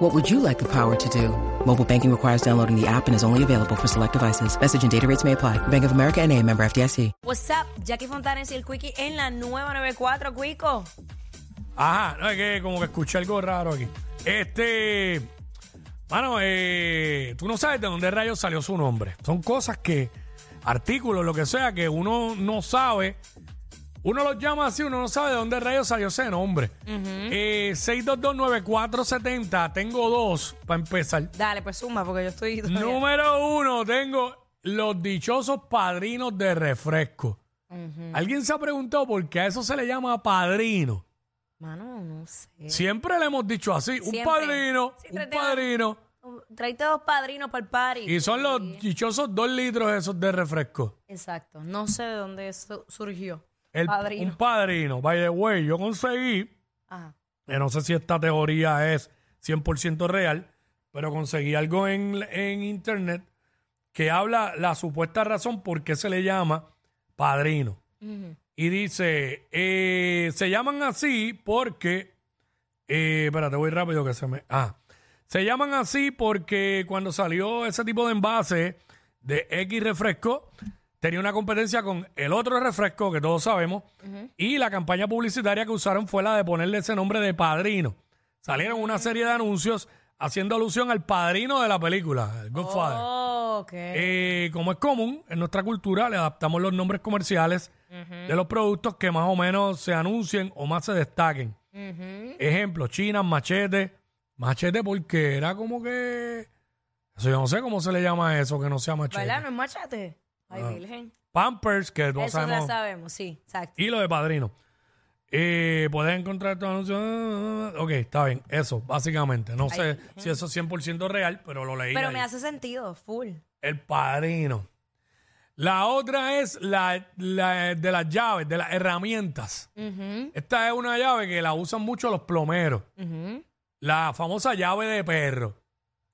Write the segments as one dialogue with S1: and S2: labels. S1: What would you like the power to do? Mobile banking requires downloading the app and is only available for select devices. Message and data rates may apply. Bank of America and a member FDIC.
S2: What's up, Jackie Fontanes y el Quickie en la nueva 94, Quico.
S3: Ajá, no, es que como que escuché algo raro aquí. Este. Mano, eh, tú no sabes de dónde rayos salió su nombre. Son cosas que. Artículos, lo que sea, que uno no sabe. Uno los llama así, uno no sabe de dónde rayos salió ese nombre. Eh, 6229470, tengo dos para empezar.
S2: Dale, pues suma, porque yo estoy. todavía-
S3: Número uno, tengo los dichosos padrinos de refresco. ¿Alguien se ha preguntado por qué a eso se le llama padrino?
S2: Mano, no sé.
S3: Siempre le hemos dicho así,
S2: Siempre.
S3: un padrino,
S2: Sí,
S3: un
S2: tratemos.
S3: padrino.
S2: Traiste dos padrinos para el party.
S3: Y son los dichosos dos litros esos de refresco.
S2: Exacto. No sé de dónde eso surgió.
S3: El-
S2: Padrino.
S3: Un padrino. By the way, yo conseguí,
S2: Ajá.
S3: eh, no sé si esta teoría es 100% real, pero conseguí algo en, en internet que habla la supuesta razón por qué se le llama padrino.
S2: Ujú.
S3: Y dice, eh, se llaman así porque... Eh, espérate, voy rápido que se me... Ah. Se llaman así porque cuando salió ese tipo de envase de X refresco, tenía una competencia con el otro refresco que todos sabemos. Y la campaña publicitaria que usaron fue la de ponerle ese nombre de padrino. Salieron una serie de anuncios haciendo alusión al padrino de la película, el Godfather.
S2: Oh, Ok.
S3: Eh, como es común en nuestra cultura, le adaptamos los nombres comerciales de los productos que más o menos se anuncien o más se destaquen.
S2: Ujú.
S3: Ejemplo, chinas, machete. Machete porque era como que... Eso yo no sé cómo se le llama eso, que no sea machete.
S2: ¿Verdad? ¿No es machate? Ay, virgen.
S3: Pampers, que Ah. no
S2: eso
S3: sabemos.
S2: ya sabemos, sí. Exacto.
S3: Y lo de padrino. Eh, Puedes encontrar tu anuncio. Ah, ah, ah. Ok, está bien. Eso, básicamente. No sé si eso es 100% real, pero lo leí.
S2: Pero
S3: ahí.
S2: me hace sentido, full.
S3: El padrino. La otra es la, la de las llaves, de las herramientas.
S2: Ujú,
S3: Esta es una llave que la usan mucho los plomeros.
S2: ujú.
S3: La famosa llave de perro.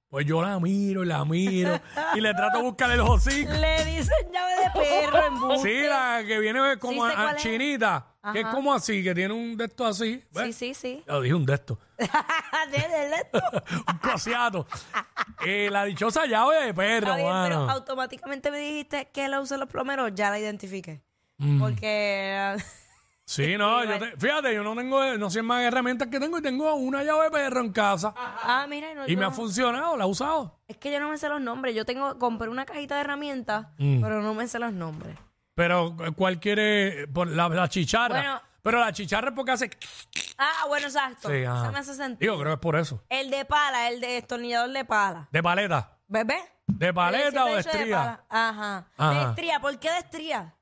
S3: Pues yo la miro, y la miro y le trato de buscar el hocico.
S2: Le dicen llave de perro en bus.
S3: Sí, la que viene como
S2: Sí, sé
S3: a- a
S2: cuál es.
S3: chinita, que es
S2: Ajá.
S3: como así, que tiene un de estos así.
S2: Sí,
S3: ¿Ves?
S2: sí, sí.
S3: Ya dije un de estos.
S2: Dele, dele tú.
S3: un cosiato. Eh, la dichosa llave de perro,
S2: Está bien, pero
S3: mano.
S2: automáticamente me dijiste que la usan los plomeros, ya la identifiqué.
S3: Mm.
S2: Porque.
S3: Sí, no, yo te- fíjate, yo no tengo, no sé más herramientas que tengo y tengo una llave de perro en casa
S2: Ah, mira, no,
S3: y me
S2: yo-
S3: ha funcionado, la he usado.
S2: es que yo no me sé los nombres. Yo tengo, compré una cajita de herramientas,
S3: Mm.
S2: pero no me sé los nombres.
S3: Pero eh, cuál quiere, por la, la chicharra.
S2: Bueno.
S3: pero la chicharra es porque hace...
S2: Ah, bueno, exacto.
S3: Sí, ajá.
S2: Eso me hace sentido.
S3: Digo, creo que es por eso.
S2: El de pala, el de destornillador de pala.
S3: De paleta.
S2: ¿Bebé?
S3: De paleta o de
S2: Siempre he dicho
S3: estría.
S2: pala. Ajá.
S3: Ajá.
S2: De estría. ¿Por qué de estría?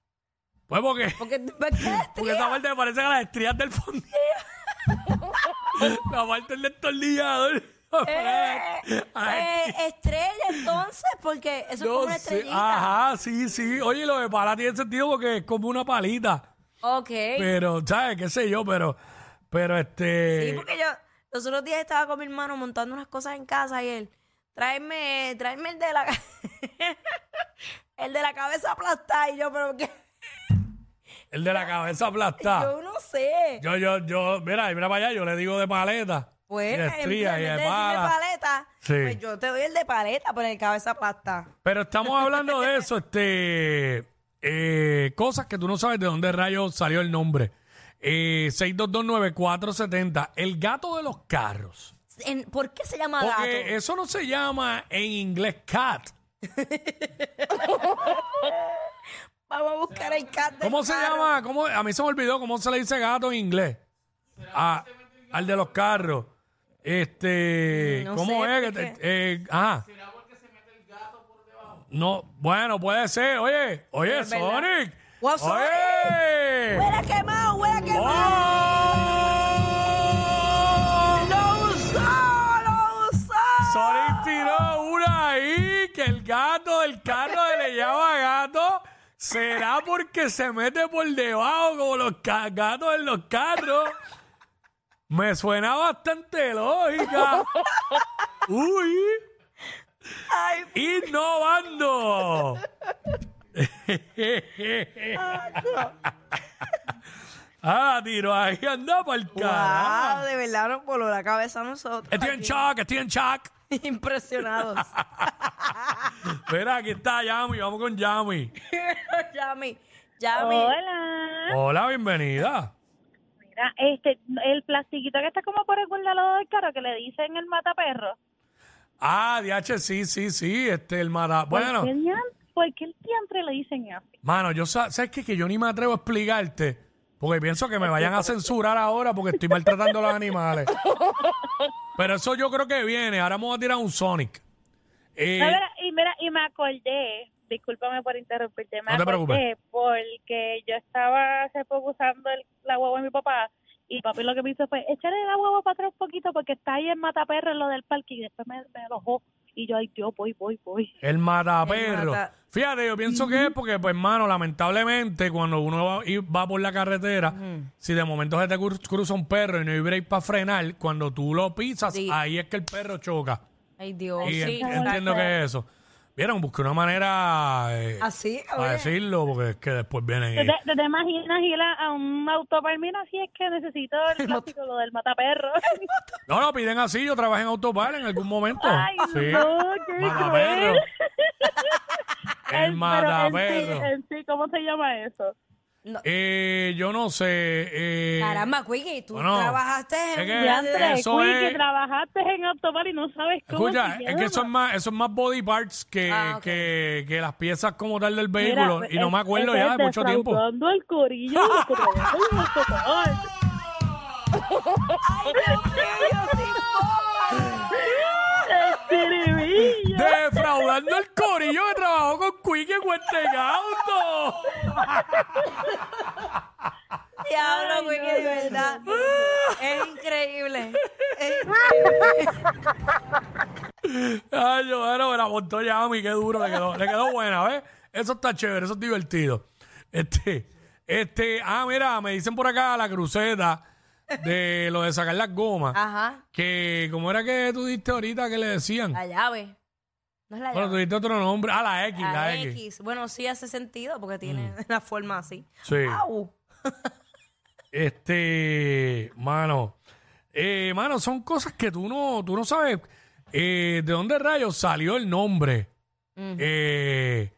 S3: Pues porque,
S2: Porque, ¿Por qué de
S3: porque esa
S2: estría?
S3: parte me parece a las estrías del fondo. la parte del destornillador.
S2: Eh,
S3: Ay,
S2: eh, estrella, entonces, porque eso es como una
S3: no sé.
S2: estrellita.
S3: Ajá, sí, sí. Oye, lo de pala tiene sentido porque es como una palita.
S2: Ok.
S3: Pero, ¿sabes? ¿Qué sé yo? Pero, pero este.
S2: Sí, porque yo los otros días estaba con mi hermano montando unas cosas en casa y él, tráeme, tráeme el de la ca- el de la cabeza aplastada y yo, pero que
S3: el de la cabeza aplastada.
S2: yo no sé.
S3: Yo, yo, yo, mira, mira para allá, yo le digo de paleta.
S2: Pues,
S3: y de
S2: en vez
S3: estría y
S2: de
S3: de
S2: decirme
S3: pala.
S2: paleta,
S3: Sí.
S2: pues yo te doy el de paleta, pero el de cabeza aplastada.
S3: Pero estamos hablando de eso, este. eh, cosas que tú no sabes de dónde rayos salió el nombre. Eh, 6229470. El gato de los carros.
S2: En- ¿Por qué se llama Ah, gato?
S3: Porque eso no se llama en inglés cat.
S2: Vamos a buscar el cat del
S3: ¿Cómo se
S2: carro.
S3: llama? ¿Cómo? A mí se me olvidó cómo se le dice gato en inglés. A- al de los carros. Este,
S2: Mm, No
S3: ¿cómo
S2: sé,
S3: es?
S2: ¿por
S3: Eh, eh, ajá. ¿Será porque se mete el gato por debajo? No, bueno, puede ser. Oye, oye,
S2: es verdad.
S3: Sonic.
S2: Wow, Sonic.
S3: Oye.
S2: Huele a quemado, huele a quemado.
S3: ¡Oh!
S2: ¡Lo usó, lo usó!
S3: Sonic tiró una ahí que el gato del carro se le llama gato. ¿Será porque se mete por debajo como los ca- gatos en los carros? Me suena bastante lógica. Uy,
S2: Ay,
S3: innovando. ah, tiro ahí anda para el cara.
S2: wow, de verdad nos voló la cabeza a nosotros.
S3: Estoy en shock, estoy en shock.
S2: Impresionados.
S3: Mira, aquí está Yami, vamos con Yami.
S2: Yami, Yami.
S4: Hola.
S3: Hola, bienvenida.
S4: Mira, este, el plastiquito que está como por el lado del carro que le dicen el mataperro.
S3: Ah, DH, sí, sí, sí, este, el mara. Bueno,
S4: ¿Por qué dian- ¿Por qué el siempre le dicen así?
S3: mano, yo sa- sabes qué? que yo ni me atrevo a explicarte, porque pienso que me vayan a censurar ahora porque estoy maltratando a los animales. Pero eso yo creo que viene, ahora vamos a tirar un Sonic. Eh,
S4: No, mira, y mira, y me acordé, discúlpame por interrumpirte, me
S3: No te
S4: acordé porque yo estaba hace poco usando el- la huevo de mi papá y papi lo que me hizo fue echarle la huevo para atrás un poquito porque está ahí el mataperro en lo del parque y después me, me alojó y yo, ay, yo voy, voy, voy.
S3: el mataperro.
S2: El mata-
S3: Fíjate, yo pienso que es porque, pues, mano, lamentablemente, cuando uno va, y va por la carretera, si de momento se te cru- cruza un perro y no hay break para frenar, cuando tú lo pisas,
S2: Sí.
S3: ahí es que el perro choca.
S2: Ay, Dios.
S3: Y
S2: sí.
S3: en- entiendo que es eso. Vieron, busqué una manera eh,
S2: Así,
S3: para
S2: oye.
S3: decirlo, porque es que después vienen.
S4: ¿Tú
S3: y-
S4: te, tú te imaginas ir a, a un autopark? Mira, si es que necesito el plástico, lo del mataperro.
S3: No, no, piden así. Yo trabajé en Autopar en algún momento.
S4: Ay,
S3: sí.
S4: no, qué
S3: Mataperro.
S4: cruel.
S3: El
S4: Pero en sí,
S3: mataperro.
S4: en sí, ¿cómo se llama eso?
S3: Eh, yo no sé. eh,
S2: Caramba, Quiggy, tú
S3: bueno,
S2: trabajaste en
S3: es que-
S2: un-
S4: Leandra,
S3: Eh, eso
S4: Quickie,
S3: es-
S4: que trabajaste en autopar y no sabes cómo
S3: Escucha,
S4: se
S3: es que eso es
S4: llama.
S3: más, eso es más body parts que,
S2: Ah, ok.
S3: que, que las piezas como tal del
S4: Mira,
S3: vehículo. y no
S4: es-
S3: me acuerdo
S4: ese
S3: ya
S4: es
S3: de mucho tiempo.
S4: defraudando el corillo de los que trabajan en autopar.
S2: Ay, Dios mío, sin boca.
S4: El tiribillo.
S3: Defraudando el corillo que trabajó con Quick en Huertegauto.
S2: Diablo, Quiggy, de verdad. Es increíble. Es increíble.
S3: Ay, yo, bueno, me la montó Yami, qué duro, le quedó, le quedó buena, ¿ves? Eso está chévere, eso es divertido. Este, este, ah, mira, me dicen por acá la cruceta de lo de sacar las gomas.
S2: Ajá,
S3: Que, ¿cómo era que tú diste ahorita que le decían?
S2: la llave. No es la
S3: Bueno, tú
S2: llave.
S3: diste otro nombre. Ah, la X, la,
S2: La
S3: X. Mm.
S2: X. Bueno, sí hace sentido porque tiene la forma así.
S3: Sí.
S2: Au.
S3: Este, mano, eh, mano, son cosas que tú no, tú no sabes eh, de dónde rayos salió el nombre. Eh,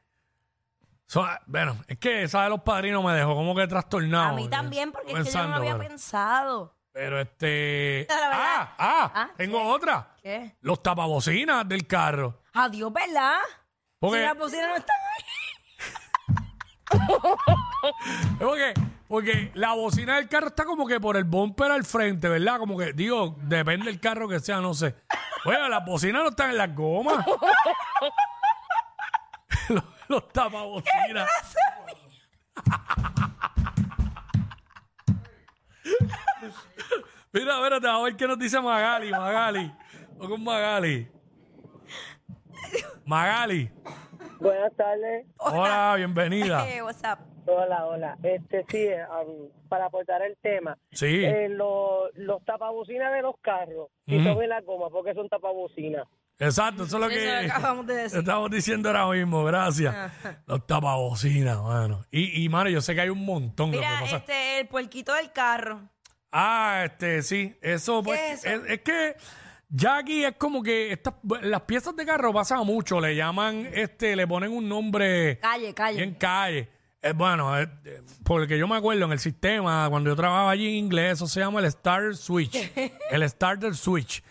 S3: so- ah, bueno, es que esa de los padrinos me dejó como que trastornado.
S2: A mí
S3: eh,
S2: también, porque es que yo no
S3: pensando,
S2: lo había
S3: pero,
S2: pensado.
S3: pero este,
S2: La verdad.
S3: ah, ah,
S2: Ah,
S3: tengo otra.
S2: ¿Qué?
S3: Los tapabocinas del carro.
S2: Adiós, ¿verdad?
S3: Porque-
S2: Si las bocinas no están ahí.
S3: Porque, porque la bocina del carro está como que por el bumper al frente, ¿verdad? Como que, digo, depende del carro que sea, no sé. Bueno, las bocinas no están en las gomas. los, los tapabocinas. Mira, espérate, a ver qué nos dice Magali, Magali. O con Magali. Magali.
S5: Buenas tardes.
S3: Hola, bienvenida.
S2: Eh, what's up?
S5: Hola, hola. Este sí, eh, um, para aportar el tema.
S3: Sí.
S5: Eh, lo- los tapabocinas de los carros, y
S3: Ujú.
S5: son en la goma, porque son tapabocinas.
S3: Exacto, eso es lo
S2: Eso
S3: que
S2: lo acabamos de decir.
S3: estamos diciendo ahora mismo, gracias. Los tapabocinas, mano. Y, y mano, yo sé que hay un montón lo que
S2: Mira,
S3: pasa.
S2: este, el puerquito del carro.
S3: Ah, este, sí, eso
S2: es
S3: pues es, es que ya aquí es como que estas pues, las piezas de carro pasan mucho, le llaman, este, le ponen un nombre
S2: Calle, calle.
S3: en calle. Eh, bueno, eh, eh, porque yo me acuerdo en el sistema, cuando yo trabajaba allí en inglés, eso se llama el Starter Switch. el Starter Switch.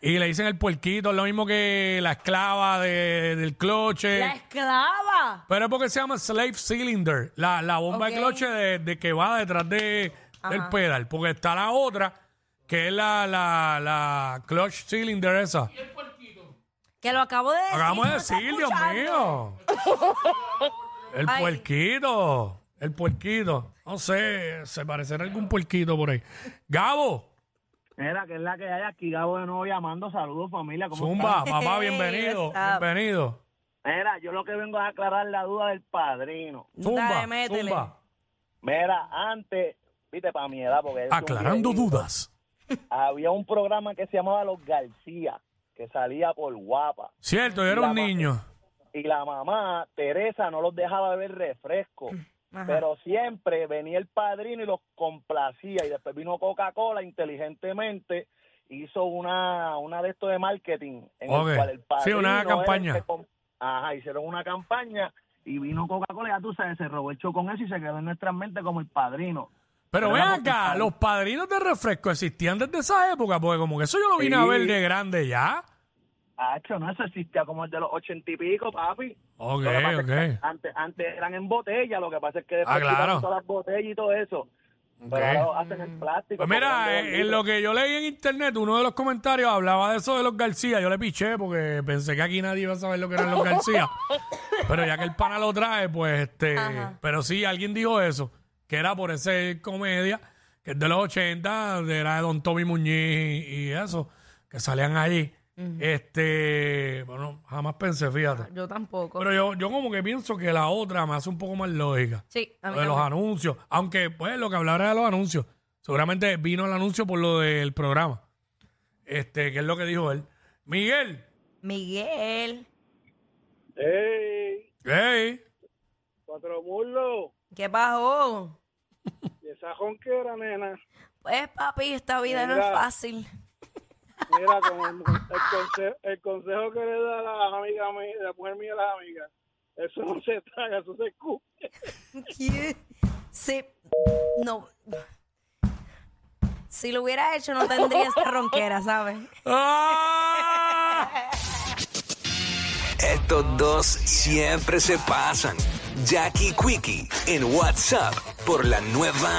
S3: Y le dicen el puerquito, es lo mismo que la esclava de- del cloche.
S2: La esclava.
S3: Pero es porque se llama slave cylinder, la, la bomba
S2: Ok.
S3: de cloche de, de que va detrás de, del pedal. Porque está la otra, que es la, la, la clutch cylinder esa.
S2: Que lo acabo de decir.
S3: Acabamos de
S2: ¿no estás
S3: decir, Dios
S2: escuchando?
S3: mío. El
S2: Ay.
S3: puerquito. El puerquito. No sé, se parecerá algún puerquito por ahí. Gabo,
S6: Mira, que es la que hay aquí, Gabo de nuevo llamando. Saludos, familia. ¿Cómo
S3: Zumba,
S6: están?
S3: papá,
S2: Hey,
S3: bienvenido.
S2: what's up?
S3: Bienvenido.
S5: Mira, yo lo que vengo es aclarar la duda del padrino.
S3: Zumba,
S2: Dale, métele.
S3: zumba.
S5: Mira, antes, viste, para mi edad, porque... es un
S3: Aclarando
S5: viejito,
S3: dudas.
S5: Había un programa que se llamaba Los García, que salía por guapa.
S3: Cierto, yo era
S5: La
S3: un
S5: ma-
S3: niño.
S5: Y la mamá, Teresa, no los dejaba beber refresco.
S2: Ajá.
S5: Pero siempre venía el padrino y los complacía. Y después vino Coca-Cola inteligentemente. Hizo una, una de estos de marketing. En
S3: Ok.
S5: el cual el
S3: Sí,
S5: padrino
S3: una
S5: era el
S3: campaña.
S5: que com- Ajá, hicieron una campaña y vino Coca-Cola. Ya tú sabes, se robó el show con eso y se quedó en nuestras mentes como el padrino.
S3: Pero ven
S5: éramos
S3: acá,
S5: culpables.
S3: los padrinos de refresco existían desde esa época, porque como que eso yo lo vine a
S5: Sí.
S3: ver de grande ya.
S5: Hacho, no, eso existía como el de los ochenta y pico, papi.
S3: Ok,
S5: Lo que pasa es que
S3: ok.
S5: Antes, antes eran en botella, lo que pasa es que después
S3: Ah, claro.
S5: quitaron todas las botellas y todo eso.
S3: Ok.
S5: Pero ahora lo hacen
S6: Mm.
S5: en plástico.
S3: Pues
S5: comprando
S3: mira,
S5: dos
S3: eh, en lo
S5: litros.
S3: que yo leí en internet, uno de los comentarios hablaba de eso de los García. Yo le piché porque pensé que aquí nadie iba a saber lo que eran los García. pero ya que el pana lo trae, pues este. Pero sí, alguien dijo eso, que era por ese comedia, que es de los 80, era de Don Tommy Muñiz y eso, que salían allí. Este. Bueno, jamás pensé, fíjate.
S2: Yo tampoco.
S3: Pero yo, yo como que pienso que la otra me hace un poco más lógica.
S2: sí, a mí
S3: Lo de los
S2: también.
S3: anuncios. Aunque, pues, lo que hablara de los anuncios. Seguramente vino el anuncio por lo del programa. Este, que es lo que dijo él. Miguel.
S2: Miguel,
S6: ¡Ey!
S3: Hey.
S6: Cuatro muslos.
S2: ¿qué pasó?
S6: ¿Y esa jonquera, nena?
S2: Pues papi, esta vida no es
S6: Mira.
S2: fácil.
S6: Mira, como el, el conse- el consejo que le da la amiga mía, la mujer mía, a las amigas, eso no se traga, eso se escupe.
S2: Sí, no. Si lo hubiera hecho no tendría esta ronquera, ¿sabes?
S3: ¡Ah!
S7: Estos dos siempre se pasan. Jackie Quickie en WhatsApp por la nueva